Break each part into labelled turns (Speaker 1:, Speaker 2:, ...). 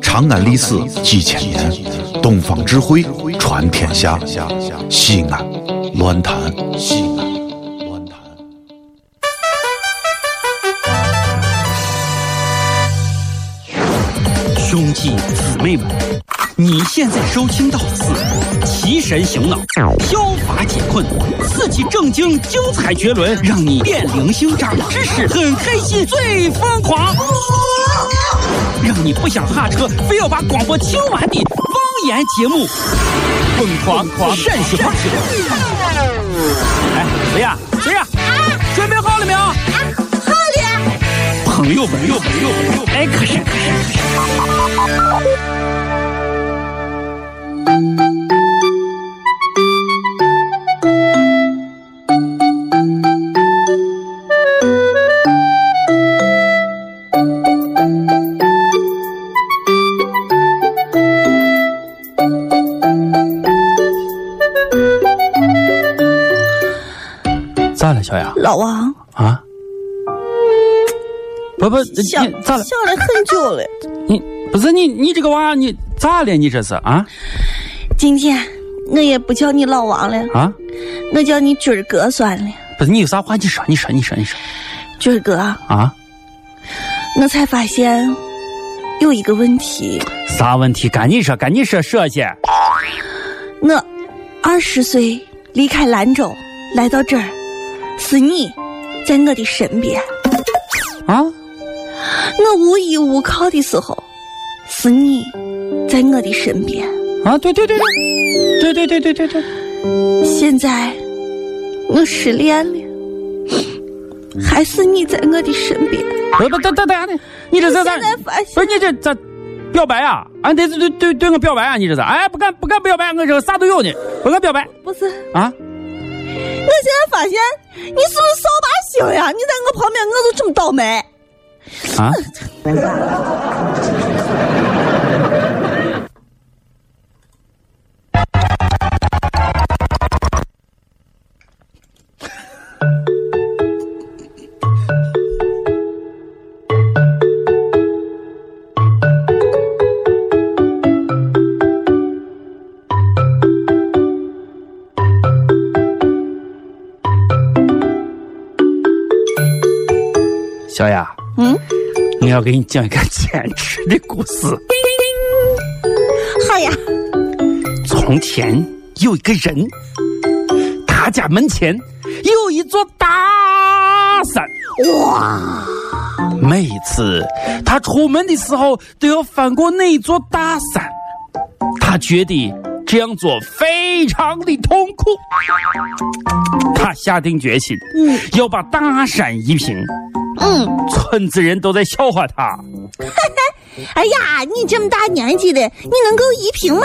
Speaker 1: 长安历史几千年，东方智慧传天下。西安，乱谈西安，乱谈。
Speaker 2: 兄弟姊妹们，你现在收听到的是提神醒脑、消乏解困、刺激正经、精彩绝伦，让你变零星、长知识、很开心、最疯狂，让你不想下车，非要把广播听完的方言节目，疯狂狂陕西话。哎，谁呀？谁呀？准备好了没有？朋友们，友们，友们，友们，哎，可是可是可是。
Speaker 3: 咋了，小雅
Speaker 4: 老王，
Speaker 3: 啊？不不，你
Speaker 4: 想
Speaker 3: 咋了？
Speaker 4: 想了很久了。
Speaker 3: 你不是你你这个娃你咋了？你这是啊
Speaker 4: 今天我也不叫你老王了，
Speaker 3: 啊？
Speaker 4: 我叫你军儿哥算了。
Speaker 3: 不是你有啥话你说你说你说你说
Speaker 4: 军儿哥，
Speaker 3: 啊？
Speaker 4: 我才发现有一个问题，
Speaker 3: 啥问题？赶紧说，赶紧说说去。啊
Speaker 4: 我二十岁离开兰州来到这儿，是你在我的身边。
Speaker 3: 啊？
Speaker 4: 我无依无靠的时候，是你在我的身边。
Speaker 3: 啊？对对对对对对对对对对。
Speaker 4: 现在我失恋了，还是你在我的身边。
Speaker 3: 不不等等等下呢，你这
Speaker 4: 我
Speaker 3: 是
Speaker 4: 现
Speaker 3: 咋？
Speaker 4: 在发现
Speaker 3: 不是你这咋表白啊？俺得对对对我表白啊！你这是哎不敢不敢表白，我这个啥都有呢，不敢表白
Speaker 4: 不是。
Speaker 3: 啊？
Speaker 4: 我现在发现你是不是扫把星呀？你在我旁边，我都这么倒霉。
Speaker 3: 啊？小雅，
Speaker 4: 嗯，
Speaker 3: 我要给你讲一个坚持的故事。
Speaker 4: 哎好呀，
Speaker 3: 从前有一个人，他家门前有一座大山。哇！每次他出门的时候都要翻过那座大山，他觉得这样做非常的痛苦。他下定决心，
Speaker 4: 嗯
Speaker 3: 要把大山移平。
Speaker 4: 嗯，
Speaker 3: 村子人都在笑话他。
Speaker 4: 哎呀，你这么大年纪的，你能够移平吗？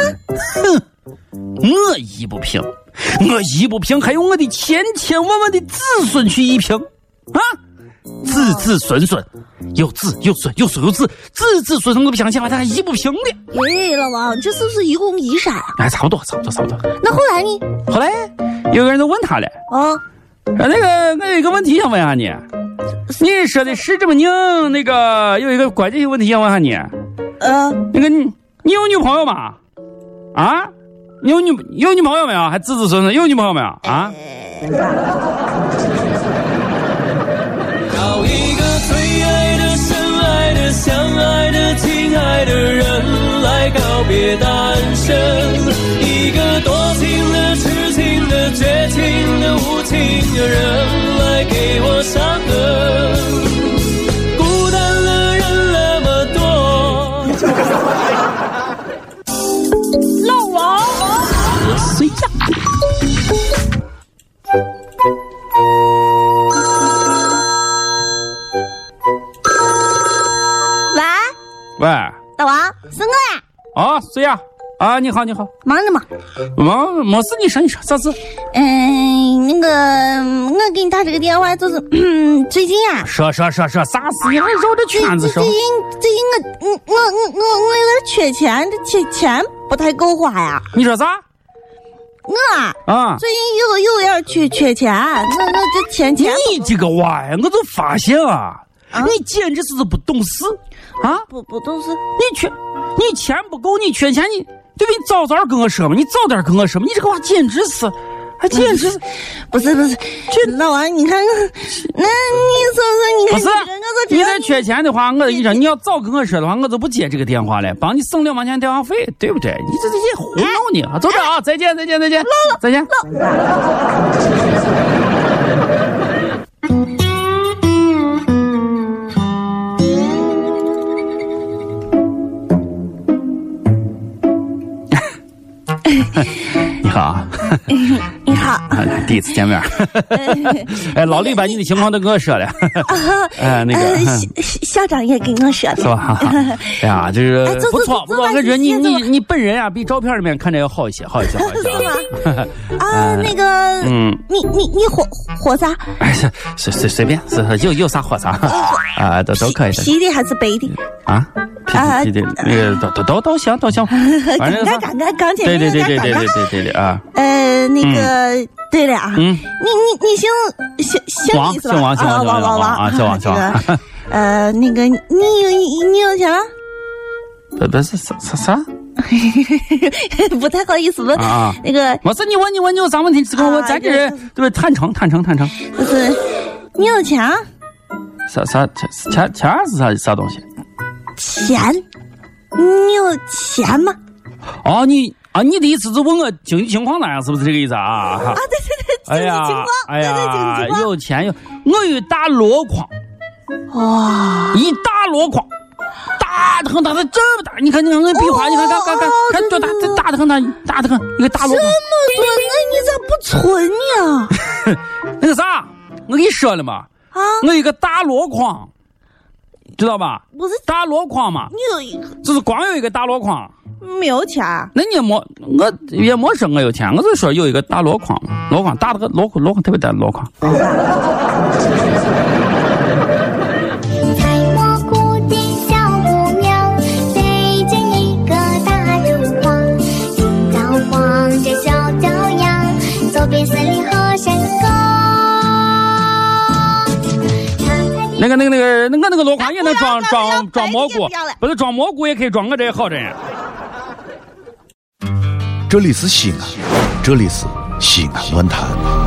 Speaker 3: 我移不平，我移不平，还有我的千千万万的子孙去移平啊！子子孙孙，有子有孙有孙有子，子子孙孙我不相信，他还移不平呢。
Speaker 4: 哎，老王，这是不是愚公移山啊？
Speaker 3: 哎，差不多，差不多，差不多。
Speaker 4: 那后来呢？
Speaker 3: 后来有个人就问他了，
Speaker 4: 哦，
Speaker 3: 说那个我有一个问题想问下你，你说的是这么硬，那个有一个关键性问题想问下你，
Speaker 4: 呃，
Speaker 3: 那个你你有女朋友吗？啊？你有女有女朋友没有？还子子孙孙有女朋友没有？啊？
Speaker 5: 找一个最爱的、深爱的、相爱的、亲爱的人来告别单身，一个多情的、痴情的、绝情的、无情的人来给我伤痕。孤单的人那么多。
Speaker 4: 老王，
Speaker 3: 谁呀？
Speaker 4: 喂，
Speaker 3: 喂，
Speaker 4: 老王，是我呀，
Speaker 3: 啊，谁呀？啊，你好，你好，
Speaker 4: 忙着忙。
Speaker 3: 忙，没事，你说，你说，啥事？
Speaker 4: 嗯，那个，我给你打这个电话，就是 最近啊，
Speaker 3: 说说说说，啥事？你还绕着
Speaker 4: 最
Speaker 3: 圈子说
Speaker 4: 最。近最近我我我我我有点缺钱，这钱钱不太够花呀。
Speaker 3: 你说啥？
Speaker 4: 我啊
Speaker 3: 啊，
Speaker 4: 最近又又有点缺缺钱，我我这钱钱
Speaker 3: 你这个娃呀，我就发现啊，你简直就是不懂事。啊，
Speaker 4: 不不都是
Speaker 3: 你缺，你钱不够，你缺钱，你对不对？你早早跟我说嘛，你早点跟我说嘛，你这个话简直是，还简直是，
Speaker 4: 不是不是，老王，你看看，那你说说，你
Speaker 3: 不
Speaker 4: 看
Speaker 3: 是
Speaker 4: 你人家都这
Speaker 3: 你
Speaker 4: 样
Speaker 3: 再缺钱的话，我跟你说，你要早跟我说的话，我就不接这个电话了，帮你省两毛钱电话费，对不对？你这这些胡闹呢啊！走着啊，再见再见再见，再见。 你好啊，
Speaker 4: 你好，
Speaker 3: 第一次见面儿，哎，老李把你的情况都跟我说了，哎，那个
Speaker 4: 呃，。校校长也跟我说
Speaker 3: 是
Speaker 4: 了，
Speaker 3: 吧？ 哎呀，这是
Speaker 4: 哎坐
Speaker 3: 不
Speaker 4: 坐
Speaker 3: 错，不错。
Speaker 4: 坐坐
Speaker 3: 我
Speaker 4: 吧
Speaker 3: 感觉你
Speaker 4: 先
Speaker 3: 你
Speaker 4: 坐
Speaker 3: 你本人啊，比照片里面看着要好一些，好一些，好一些 啊。
Speaker 4: 啊，那个，
Speaker 3: 哎嗯
Speaker 4: 你你你火火啥？
Speaker 3: 哎，是随随随便，是是有有啥喝啥啊，都都可以的
Speaker 4: 皮皮的还是白的？
Speaker 3: 啊。
Speaker 4: 啊
Speaker 3: 对对，那个都都都都行，都行，反正
Speaker 4: 敢敢敢敢
Speaker 3: 对
Speaker 4: 姐
Speaker 3: 对
Speaker 4: 妹，
Speaker 3: 对对
Speaker 4: 敢
Speaker 3: 对
Speaker 4: 敢
Speaker 3: 对对对对啊！
Speaker 4: 呃，那个，对了啊，
Speaker 3: 嗯
Speaker 4: 你你你姓姓姓
Speaker 3: 王
Speaker 4: 李是吧？
Speaker 3: 姓王姓王
Speaker 4: 啊
Speaker 3: 姓王
Speaker 4: 王王
Speaker 3: 啊姓王姓王
Speaker 4: 这个呃，那个，你有你有钱了？
Speaker 3: 不不是啥啥啥？
Speaker 4: 不太好意思问
Speaker 3: 啊啊，
Speaker 4: 那个
Speaker 3: 没事，你问你问你有啥问题？这个我
Speaker 4: 啊
Speaker 3: 咱这
Speaker 4: 这
Speaker 3: 人对不对？坦诚坦诚坦诚，
Speaker 4: 就是你有钱啊
Speaker 3: 啥啥钱钱钱是啥啥东西？
Speaker 4: 钱？你有钱吗？啊
Speaker 3: 哦，你啊，你的意思是问我经济情况咋样？是不是这个意思啊？啊，
Speaker 4: 啊，对
Speaker 3: 哎
Speaker 4: 对对，经济
Speaker 3: 呀
Speaker 4: 情况，，
Speaker 3: 哎
Speaker 4: 对对，经济
Speaker 3: 呀
Speaker 4: 情，况。
Speaker 3: 有钱有，我有一大箩筐，
Speaker 4: 哇，
Speaker 3: 一大箩筐，大的很，大的这么大，你看你看那比
Speaker 4: 哦
Speaker 3: 划，你看看看看看多大，这大的很，大大的很，一个大箩
Speaker 4: 这
Speaker 3: 筐。
Speaker 4: 么多，那你咋不存呀？
Speaker 3: 那个啥，我跟你说了嘛，
Speaker 4: 啊，
Speaker 3: 我有一个大箩筐，知道吧？
Speaker 4: 不是
Speaker 3: 大箩筐嘛，
Speaker 4: 你有一个
Speaker 3: 就是光有一个大箩筐。
Speaker 4: 没有钱啊？
Speaker 3: 那你也没，我也没说我有钱，我就说有一个大箩筐嘛，箩筐大的个箩筐，箩筐特别大的箩筐。
Speaker 6: 采蘑菇的小母苗，背着一个大竹筐，今早晃着小脚丫，走遍森林和山沟。
Speaker 3: 那个、那个、那个、那个、那个箩筐也能装
Speaker 4: 哎不要不要
Speaker 3: 装装蘑
Speaker 4: 不
Speaker 3: 菇
Speaker 4: 要不要了，
Speaker 3: 不是装蘑菇也可以装我这好着呢。
Speaker 1: 这里是西安，这里是西安论坛。